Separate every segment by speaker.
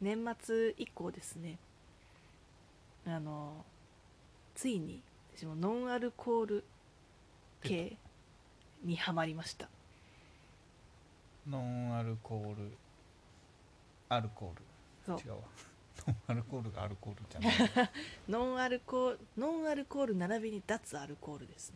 Speaker 1: 年末以降ですねあのついに私もノンアルコール系にはまりました
Speaker 2: ノンアルコールアルコ
Speaker 1: そ
Speaker 2: ー
Speaker 1: う
Speaker 2: ル違うわ ノンアルコールがアルコールじ ゃない
Speaker 1: ノンアルコールノンアルコール並びに脱アルコールです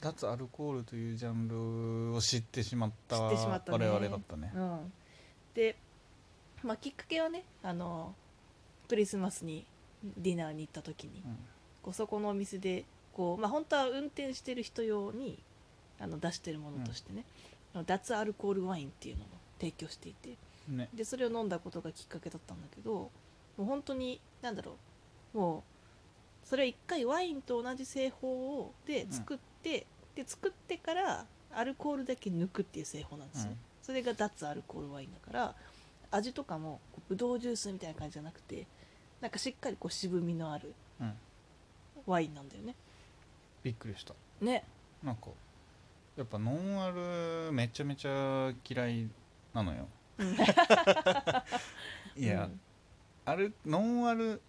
Speaker 2: 脱アルコールというジャンルを知ってしまった
Speaker 1: 知ってしまったね
Speaker 2: 我々だったね
Speaker 1: うん、で、まあ、きっかけはねあのクリスマスにディナーに行った時に
Speaker 2: うん
Speaker 1: こうそこのお店でこう、まあ、本当は運転してる人用にあの出してるものとしてね、あの脱アルコールワインっていうのを提供していて
Speaker 2: ね
Speaker 1: でそれを飲んだことがきっかけだったんだけどもう本当に何だろうもうそれは一回ワインと同じ製法をで
Speaker 2: ん
Speaker 1: 作って、で作ってからアルコールだけ抜くっていう製法なんですね、
Speaker 2: うん
Speaker 1: それが脱アルコールワインだから味とかもこうぶどうジュースみたいな感じじゃなくてなんかしっかりこう渋みのある
Speaker 2: うん
Speaker 1: ワインなんだよね
Speaker 2: びっくりした
Speaker 1: ね
Speaker 2: なんかやっぱノンアルめちゃめちゃ嫌いなのよ いや、
Speaker 1: うん
Speaker 2: あれノンアル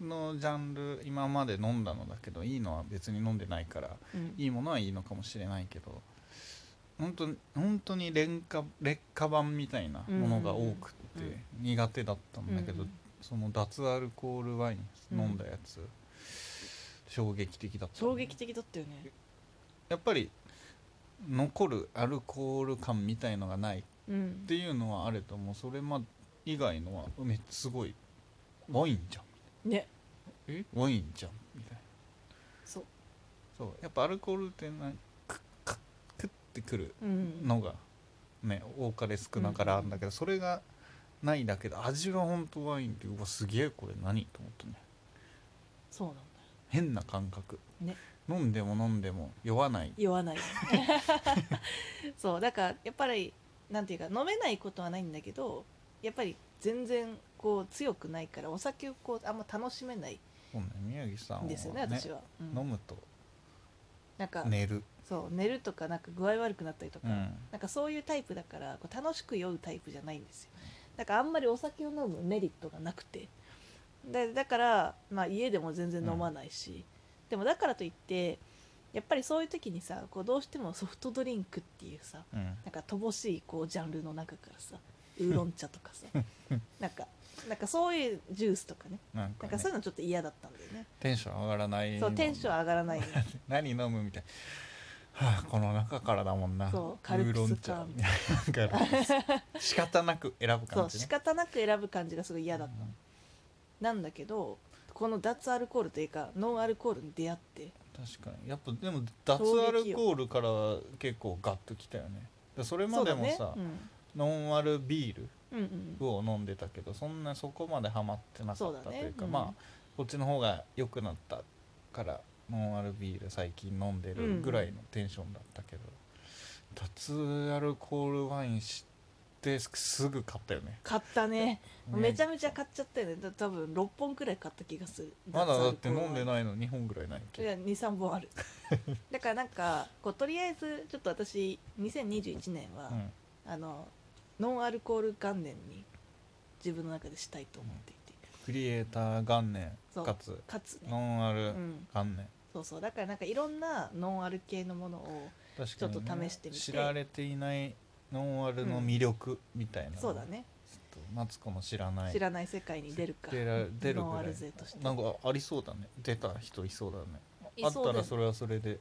Speaker 2: のジャンル今まで飲んだのだけどいいのは別に飲んでないから
Speaker 1: うん
Speaker 2: いいものはいいのかもしれないけど本当に本当に廉価劣化版みたいなものが多く
Speaker 1: うんうん
Speaker 2: て苦手だったんだけど、
Speaker 1: うんうん
Speaker 2: その脱アルコールワイ
Speaker 1: う
Speaker 2: ン
Speaker 1: ん
Speaker 2: 飲んだやつ、衝撃的だった
Speaker 1: 衝撃的だったよね、
Speaker 2: やっぱり残るアルコール感みたいのがないっ
Speaker 1: うん
Speaker 2: ていうのはあれともそれま以外のはめすごいワインじゃん
Speaker 1: ね
Speaker 2: えワインじゃんみたいな
Speaker 1: そう
Speaker 2: そうやっぱアルコールってなクックックッってくる
Speaker 1: うん
Speaker 2: のがね多かれ少なからあるんだけど、それがないだけど味は本当ワインってうわすげえこれ何と思ってね
Speaker 1: そうなんだよ
Speaker 2: 変な感覚、
Speaker 1: ね
Speaker 2: 飲んでも飲んでも酔わない
Speaker 1: 酔わない そうだからやっぱりなんていうか飲めないことはないんだけどやっぱり全然こう強くないからお酒をこうあんま楽しめない
Speaker 2: そうね宮城さんは、
Speaker 1: ん
Speaker 2: ね、
Speaker 1: ですよね私は、うん
Speaker 2: 飲むと
Speaker 1: なんか、
Speaker 2: 寝る、
Speaker 1: そう寝るとかなんか具合悪くなったりとか、
Speaker 2: うん
Speaker 1: なんかそういうタイプだからこう楽しく酔うタイプじゃないんですよだからあんまりお酒を飲むメリットがなくてでだから、まあ、家でも全然飲まないし、でもだからといってやっぱりそういう時にさこうどうしてもソフトドリンクっていうさ
Speaker 2: うん
Speaker 1: なんか乏しいこうジャンルの中からさウーロン茶とかさなんかなんかそういうジュースとかね
Speaker 2: なんか,、
Speaker 1: なん
Speaker 2: ね、
Speaker 1: かそういうのちょっと嫌だったんだよね
Speaker 2: テンション上がらない
Speaker 1: そう
Speaker 2: もん
Speaker 1: テンション上がらないの
Speaker 2: 何飲むみたいな、はあ、この中からだもんな
Speaker 1: そうカルピス
Speaker 2: ウーロ
Speaker 1: か
Speaker 2: ン茶 みたいななんか 仕方なく選ぶ
Speaker 1: そ
Speaker 2: 感
Speaker 1: う
Speaker 2: じ、
Speaker 1: 仕
Speaker 2: ね、
Speaker 1: 方なく選ぶ感じがすごい嫌だったの、なんだけどこの脱アルコールというかノンアルコールに出会って
Speaker 2: 確かにやっぱでも脱アルコールから結構ガッときたよねでそれまでも
Speaker 1: そう
Speaker 2: さ
Speaker 1: だ、ね
Speaker 2: ノンアルビール
Speaker 1: うん、うんうん
Speaker 2: を飲んでたけどそんなそこまでハマってなか
Speaker 1: そう
Speaker 2: っ
Speaker 1: だ
Speaker 2: たと
Speaker 1: ね
Speaker 2: いうか
Speaker 1: うん
Speaker 2: まあ、こっちの方が良くなったからノンアルビール最近飲んでるぐらいのテンションだったけど、脱アルコールワイン知ってすぐ買ったよね
Speaker 1: 買ったね
Speaker 2: ね
Speaker 1: めちゃめちゃ買っちゃったよねだ多分6本くらい買った気がする
Speaker 2: まだだって飲んで
Speaker 1: い
Speaker 2: ないの2本ぐらいない
Speaker 1: いや23本あ るだからなんかこうとりあえずちょっと私2021年は、
Speaker 2: うん
Speaker 1: あのノンアルコール元年に自分の中でしたいと思っていて、
Speaker 2: クリエイター元年
Speaker 1: そう
Speaker 2: かつ
Speaker 1: かつね
Speaker 2: ノンアル
Speaker 1: うん
Speaker 2: 元年
Speaker 1: そうそうだからなんかいろんなノンアル系のものを
Speaker 2: 確かに、ね、
Speaker 1: ちょっと試してみて
Speaker 2: 知られていないノンアルの魅力みたいなのを、
Speaker 1: そうだね
Speaker 2: ちょっとマツコの知らない
Speaker 1: 知らない世界に出るか
Speaker 2: 出ら出るぐ
Speaker 1: ノン
Speaker 2: ら
Speaker 1: ア
Speaker 2: い
Speaker 1: ル勢として
Speaker 2: なんかありそうだね出た人いそうだね
Speaker 1: い
Speaker 2: あ
Speaker 1: そ
Speaker 2: っ
Speaker 1: うだ
Speaker 2: た
Speaker 1: よね
Speaker 2: らそれはそれで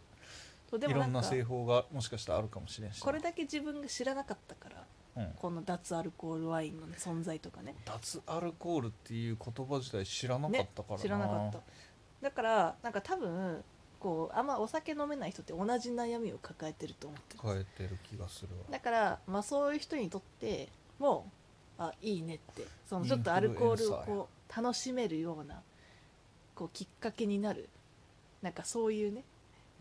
Speaker 1: そうで
Speaker 2: い
Speaker 1: も
Speaker 2: ろ
Speaker 1: なんんか
Speaker 2: な製法がもしかしたらあるかもしれんし
Speaker 1: これだけ自分が知らなかったから
Speaker 2: うん
Speaker 1: この脱アルコールワインの存在とかね
Speaker 2: 脱アルコールっていう言葉自体知らなかっ
Speaker 1: ね
Speaker 2: たからな、
Speaker 1: 知らなかっただからなんか多分こうあんまお酒飲めない人って同じ悩みを抱えてると思ってる
Speaker 2: 変えてる気がするわ
Speaker 1: だから、まあ、そういう人にとってもうあいいねってそのちょっとアルコールを
Speaker 2: インフルエン
Speaker 1: こう楽しめるようなこうきっかけになるなんかそういうね、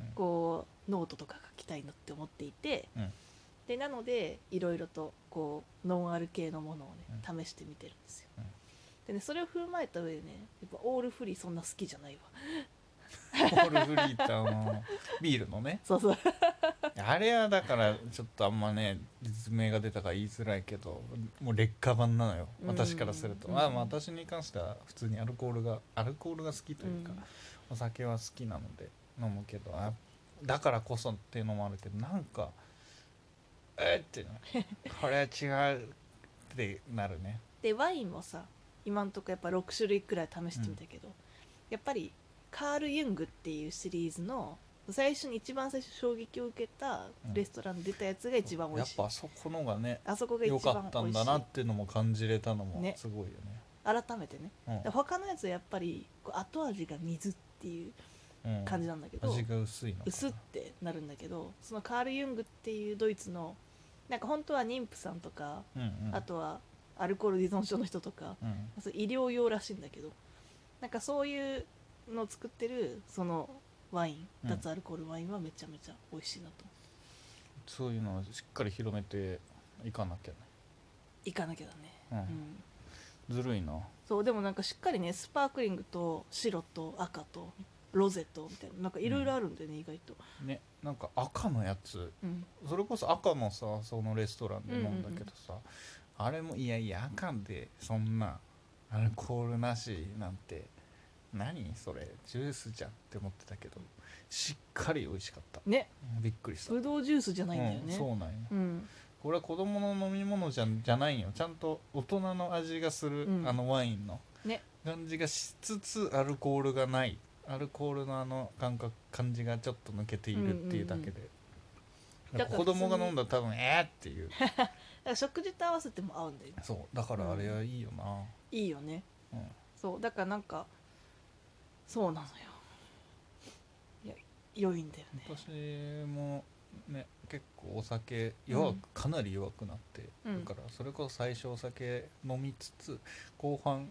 Speaker 2: うん
Speaker 1: こうノートとか書きたいなって思っていて、
Speaker 2: うん
Speaker 1: でなのでいろいろとこうノンアル系のものを
Speaker 2: う
Speaker 1: ね試してみてるんですよ。
Speaker 2: うん
Speaker 1: でねそれを踏まえた上でねやっぱオールフリーそんな好きじゃないわ
Speaker 2: ホールフリーターのビールのね
Speaker 1: そうそう
Speaker 2: ああれはだからちょっとあんまね実名が出たから言いづらいけどもう劣化版なのよ
Speaker 1: うん
Speaker 2: 私からすると、
Speaker 1: うん
Speaker 2: まあまあ私に関しては普通にアルコールがアルコールが好きというか、お酒は好きなので飲むけどあだからこそっていうのもあるけどなんかえっってな これは違うってなるね
Speaker 1: でワインもさ今んとこやっぱ6種類くらい試してみたけど、やっぱりカール・ユングっていうシリーズの最初に一番最初衝撃を受けたレストランで出たやつが一番美
Speaker 2: やっ
Speaker 1: 味しい、
Speaker 2: ぱあそこのがね
Speaker 1: あそこが一
Speaker 2: 良か
Speaker 1: 番
Speaker 2: った
Speaker 1: 美
Speaker 2: ん
Speaker 1: 味し
Speaker 2: だ
Speaker 1: い
Speaker 2: なっていうのも感じれたのも
Speaker 1: ね
Speaker 2: すごいよね
Speaker 1: 改めてねだから他のやつはやっぱりこう後味が水っていう
Speaker 2: うんうん
Speaker 1: 感じなんだけど、
Speaker 2: 味が薄いのかな
Speaker 1: 薄ってなるんだけどそのカール・ユングっていうドイツのなんか本当は妊婦さんとか、
Speaker 2: うんうん
Speaker 1: あとはアルコール依存症の人とか
Speaker 2: うん
Speaker 1: そう医療用らしいんだけどなんかそういうのを作ってるそのワイン
Speaker 2: うん
Speaker 1: 脱アルコールワインはめちゃめちゃ美味しいなと、
Speaker 2: そういうのをしっかり広めていかなきゃ
Speaker 1: 行かなきゃだね、
Speaker 2: ね、
Speaker 1: う
Speaker 2: うん
Speaker 1: ん、
Speaker 2: ずるいな
Speaker 1: そうでもなんかしっかりねスパークリングと白と赤とロゼとみたいななんかいろいろあるんだよね、意外と、
Speaker 2: ねなんか赤のやつ
Speaker 1: うん、
Speaker 2: それこそ赤もさそのレストランで飲んだけどさ、あれもいやいや赤でそんなアルコールなしなんて何それジュースじゃんって思ってたけどしっかり美味しかった
Speaker 1: ね
Speaker 2: びっくりした
Speaker 1: ブドウジュースじゃないんだよ
Speaker 2: うん、
Speaker 1: ね、
Speaker 2: そうなんよ
Speaker 1: うん
Speaker 2: これは子供の飲み物じゃんじゃないよちゃんと大人の味がする、
Speaker 1: うん
Speaker 2: あのワインの、
Speaker 1: ね
Speaker 2: 感じがしつつアルコールがないアルコールのあの感覚感じがちょっと抜けているっていうだけで、
Speaker 1: うん
Speaker 2: だから子供が飲んだら多分えーっていう
Speaker 1: だから食事と合わせても合うんだよね
Speaker 2: そうだからあれはいいよな、
Speaker 1: いいよね
Speaker 2: うん
Speaker 1: そうだからなんかそうなのよいや良いんだよね
Speaker 2: 私もね結構お酒弱く、
Speaker 1: うん
Speaker 2: かなり弱くなって、
Speaker 1: うん
Speaker 2: だからそれこそ最初お酒飲みつつ後半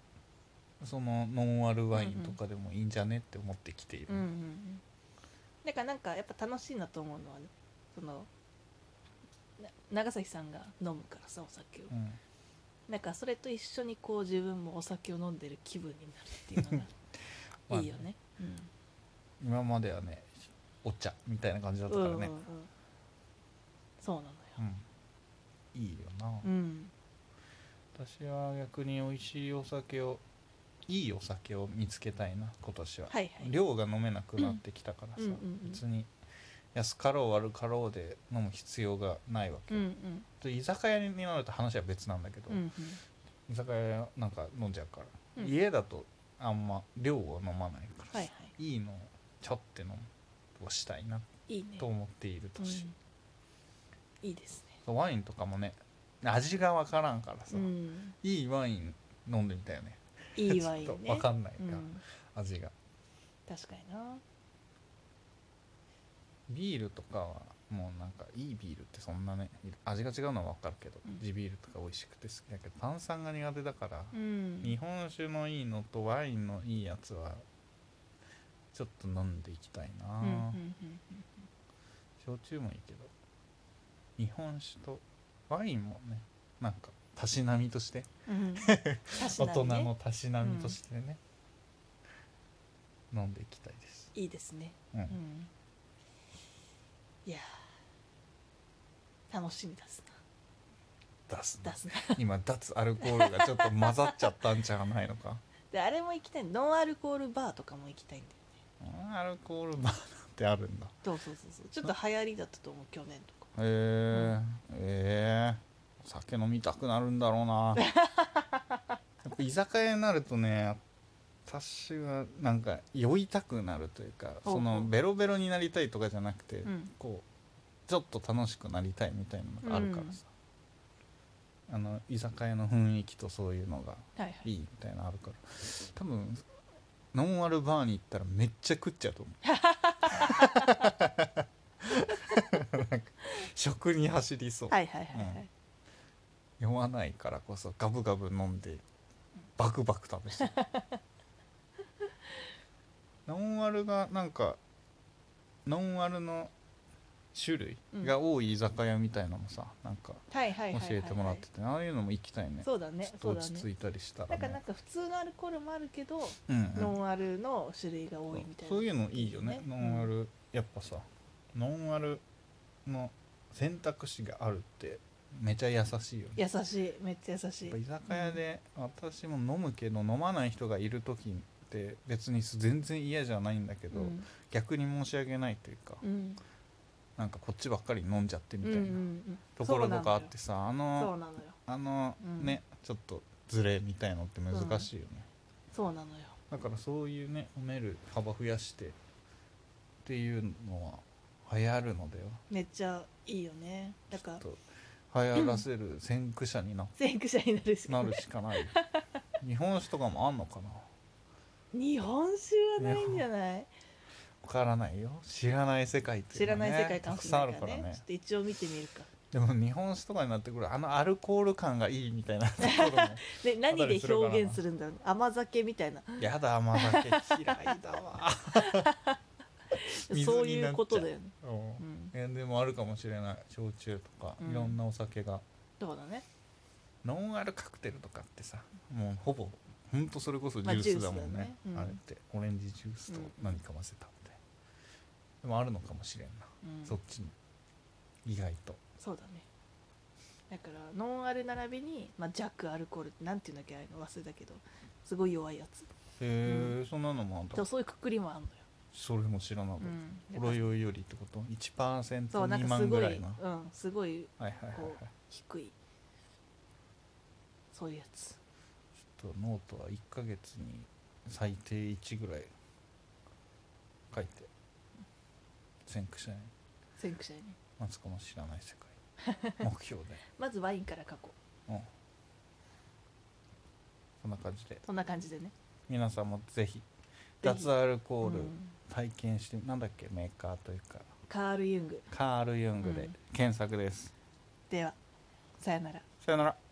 Speaker 2: そのノンアルワインとかでもいいんじゃねって思ってきている、
Speaker 1: うんうんうんだからなんかやっぱ楽しいなと思うのはねそのな長崎さんが飲むからさお酒を、
Speaker 2: うん
Speaker 1: なんかそれと一緒にこう自分もお酒を飲んでる気分になるっていうの
Speaker 2: ま
Speaker 1: がい
Speaker 2: あね
Speaker 1: いよね,、
Speaker 2: 今まではねお茶みたいな感じだった
Speaker 1: うん
Speaker 2: か
Speaker 1: う
Speaker 2: ら
Speaker 1: んうんう
Speaker 2: ね
Speaker 1: ん、そうなのよ
Speaker 2: うんいいよな、
Speaker 1: うん
Speaker 2: 私は逆に美味しいお酒をいいお酒を見つけたいな今年は、
Speaker 1: はいはい
Speaker 2: 量が飲めなくなってきたからさ、
Speaker 1: うんうんうんうん
Speaker 2: 別に安かろう悪かろうで飲む必要がないわけ
Speaker 1: うんうん
Speaker 2: で居酒屋になると話は別なんだけど、
Speaker 1: うんうん
Speaker 2: 居酒屋なんか飲んじゃうから、
Speaker 1: うん
Speaker 2: 家だとあんま量を飲まないからさ、
Speaker 1: はいはい
Speaker 2: いのをちょって飲むをしたいない
Speaker 1: いね
Speaker 2: と思っている年、
Speaker 1: うんいいですね
Speaker 2: ワインとかもね味が分からんからさ、
Speaker 1: うん
Speaker 2: いいワイン飲んでみたよね
Speaker 1: いいワイン
Speaker 2: ちょっと
Speaker 1: ね
Speaker 2: 分かんないか
Speaker 1: う
Speaker 2: ら、
Speaker 1: ん、
Speaker 2: 味が
Speaker 1: 確かにな
Speaker 2: ビールとかはもうなんかいいビールってそんなね味が違うのは分かるけど、
Speaker 1: うん
Speaker 2: 地ビールとか美味しくて好きだけど炭酸が苦手だから、
Speaker 1: うん
Speaker 2: 日本酒のいいのとワインのいいやつはちょっと飲んでいきたいな、
Speaker 1: うんうんうん
Speaker 2: 焼酎もいいけど日本酒とワインもねなんかたしなみとして、
Speaker 1: うん、確
Speaker 2: 大
Speaker 1: か
Speaker 2: 人
Speaker 1: にね
Speaker 2: のたしなみとしてね、飲んでいきたいです、
Speaker 1: いいですね、
Speaker 2: うん
Speaker 1: うん、いやー楽しみだす
Speaker 2: 出す
Speaker 1: な
Speaker 2: な
Speaker 1: 出すな
Speaker 2: 今脱アルコールがちょっと混ざっちゃったんじゃないのか
Speaker 1: であれも行きたいノンアルコールバーとかも行きたいんだよね
Speaker 2: うんアルコールバーなんてあるんだ
Speaker 1: そうそうそうそうちょっと流行りだったと思う去年とか
Speaker 2: へえ、ええ酒飲みたくなるんだろう なやっぱ居酒屋になるとね私はなんか酔いたくなるというか
Speaker 1: ほうほう
Speaker 2: そのベロベロになりたいとかじゃなくて、
Speaker 1: うん
Speaker 2: こうちょっと楽しくなりたいみたいなのがあるからさ、あの居酒屋の雰囲気とそういうのが
Speaker 1: はいはい
Speaker 2: いいみたいなのあるから多分ノンアルバーに行ったらめっちゃ食っちゃうと 思うなんか食に走りそう、
Speaker 1: はいはいはいはい、
Speaker 2: 酔わないからこそガブガブ飲んでバクバク食 べてノンアルがなんかノンアルの種類が多い居酒屋みたいなのもさなんか
Speaker 1: はいはいはい
Speaker 2: 教
Speaker 1: はい
Speaker 2: えてもらっててああいうのも行きたいね
Speaker 1: そうだ
Speaker 2: ち
Speaker 1: ね
Speaker 2: ょっと
Speaker 1: そうだ
Speaker 2: 落ち
Speaker 1: ね
Speaker 2: 着いたりしたら
Speaker 1: だ
Speaker 2: ね
Speaker 1: からなんか普通のアルコールもあるけど、
Speaker 2: うんうん
Speaker 1: ノンアルの種類が多いみたいな
Speaker 2: そういうのいいよね、ノンアルやっぱさノンアルの選択肢があるってめちゃ優しいよね
Speaker 1: 優しいめっちゃ優し
Speaker 2: や
Speaker 1: い
Speaker 2: っぱ居酒屋で私も飲むけど飲まない人がいる時って別に全然嫌じゃないんだけ
Speaker 1: う
Speaker 2: ど、
Speaker 1: ん
Speaker 2: 逆に申し訳ないというか、
Speaker 1: うん
Speaker 2: なんかこっちばっかり飲んじゃってみたい
Speaker 1: うんうん
Speaker 2: な
Speaker 1: うん
Speaker 2: ところとかあってさあ
Speaker 1: そうなの
Speaker 2: の
Speaker 1: よ
Speaker 2: あの
Speaker 1: うん
Speaker 2: ね、ちょっとズレみたいのって難しいよね、
Speaker 1: そうなのよ
Speaker 2: だからそういうね飲める幅増やしてっていうのは流行るのでは
Speaker 1: めっちゃいいよねだか
Speaker 2: ち
Speaker 1: ら
Speaker 2: ょっと流行らせる先駆者にな,、
Speaker 1: 先駆者になるし
Speaker 2: なるしかない 日本酒とかもあんのかな
Speaker 1: 日本酒はないんじゃない
Speaker 2: わからないよ知らない世界ってい
Speaker 1: 知
Speaker 2: う
Speaker 1: ら
Speaker 2: のは
Speaker 1: な
Speaker 2: ね
Speaker 1: い世界か
Speaker 2: た
Speaker 1: も
Speaker 2: く
Speaker 1: しれ
Speaker 2: さんあ
Speaker 1: な
Speaker 2: る
Speaker 1: い
Speaker 2: か
Speaker 1: からね
Speaker 2: らね
Speaker 1: ちょっと一応見てみるか
Speaker 2: でも日本酒とかになってくるあのアルコール感がいいみたいなところも
Speaker 1: で何
Speaker 2: 後
Speaker 1: で
Speaker 2: でするかな
Speaker 1: 表現するんだろう甘酒みたいな
Speaker 2: やだ甘酒嫌いだわ水にな
Speaker 1: そ
Speaker 2: っちゃう
Speaker 1: う いうことだよね
Speaker 2: うん
Speaker 1: うん
Speaker 2: えでもあるかもしれない焼酎とか
Speaker 1: うん
Speaker 2: いろんなお酒が、
Speaker 1: そうだね
Speaker 2: ノンアルカクテルとかってさもうほぼほんとそれこそジュースだもんね,、
Speaker 1: まあジュースだねうん
Speaker 2: あれってオレンジジュースと何か混ぜたみたいな、でもあるのかもしれんな、
Speaker 1: うん
Speaker 2: そっちに意外と
Speaker 1: そうだねだからノンアル並びに、まあ、弱アルコールってなんていうんだっけああいうの忘れたけどすごい弱いやつ
Speaker 2: へえ、そんなのもあん
Speaker 1: そ
Speaker 2: だ
Speaker 1: うそういうくくりもあるのよ、
Speaker 2: それも知らなかっ
Speaker 1: うん
Speaker 2: たほろ酔いよりってこ
Speaker 1: そ
Speaker 2: と
Speaker 1: うなん
Speaker 2: 1%2
Speaker 1: かす
Speaker 2: 万ぐ
Speaker 1: ごい
Speaker 2: らいな
Speaker 1: うん、すごい
Speaker 2: はいはいはいはい
Speaker 1: 低いそういうやつ
Speaker 2: ちょっとノートは1ヶ月に最低1ぐらい書いて先駆者に
Speaker 1: 先駆者にね
Speaker 2: マツコの知らない 世界目標で
Speaker 1: まずワインから書こう
Speaker 2: うんそんな感じで
Speaker 1: そんな感じでね
Speaker 2: 皆さんもぜひ
Speaker 1: ぜひ
Speaker 2: 脱アルコール
Speaker 1: うん
Speaker 2: 体験して、なんだっけメーカーというか
Speaker 1: カール・ユング
Speaker 2: カール・ユングで
Speaker 1: うん
Speaker 2: 検索です、
Speaker 1: ではさよなら
Speaker 2: さよなら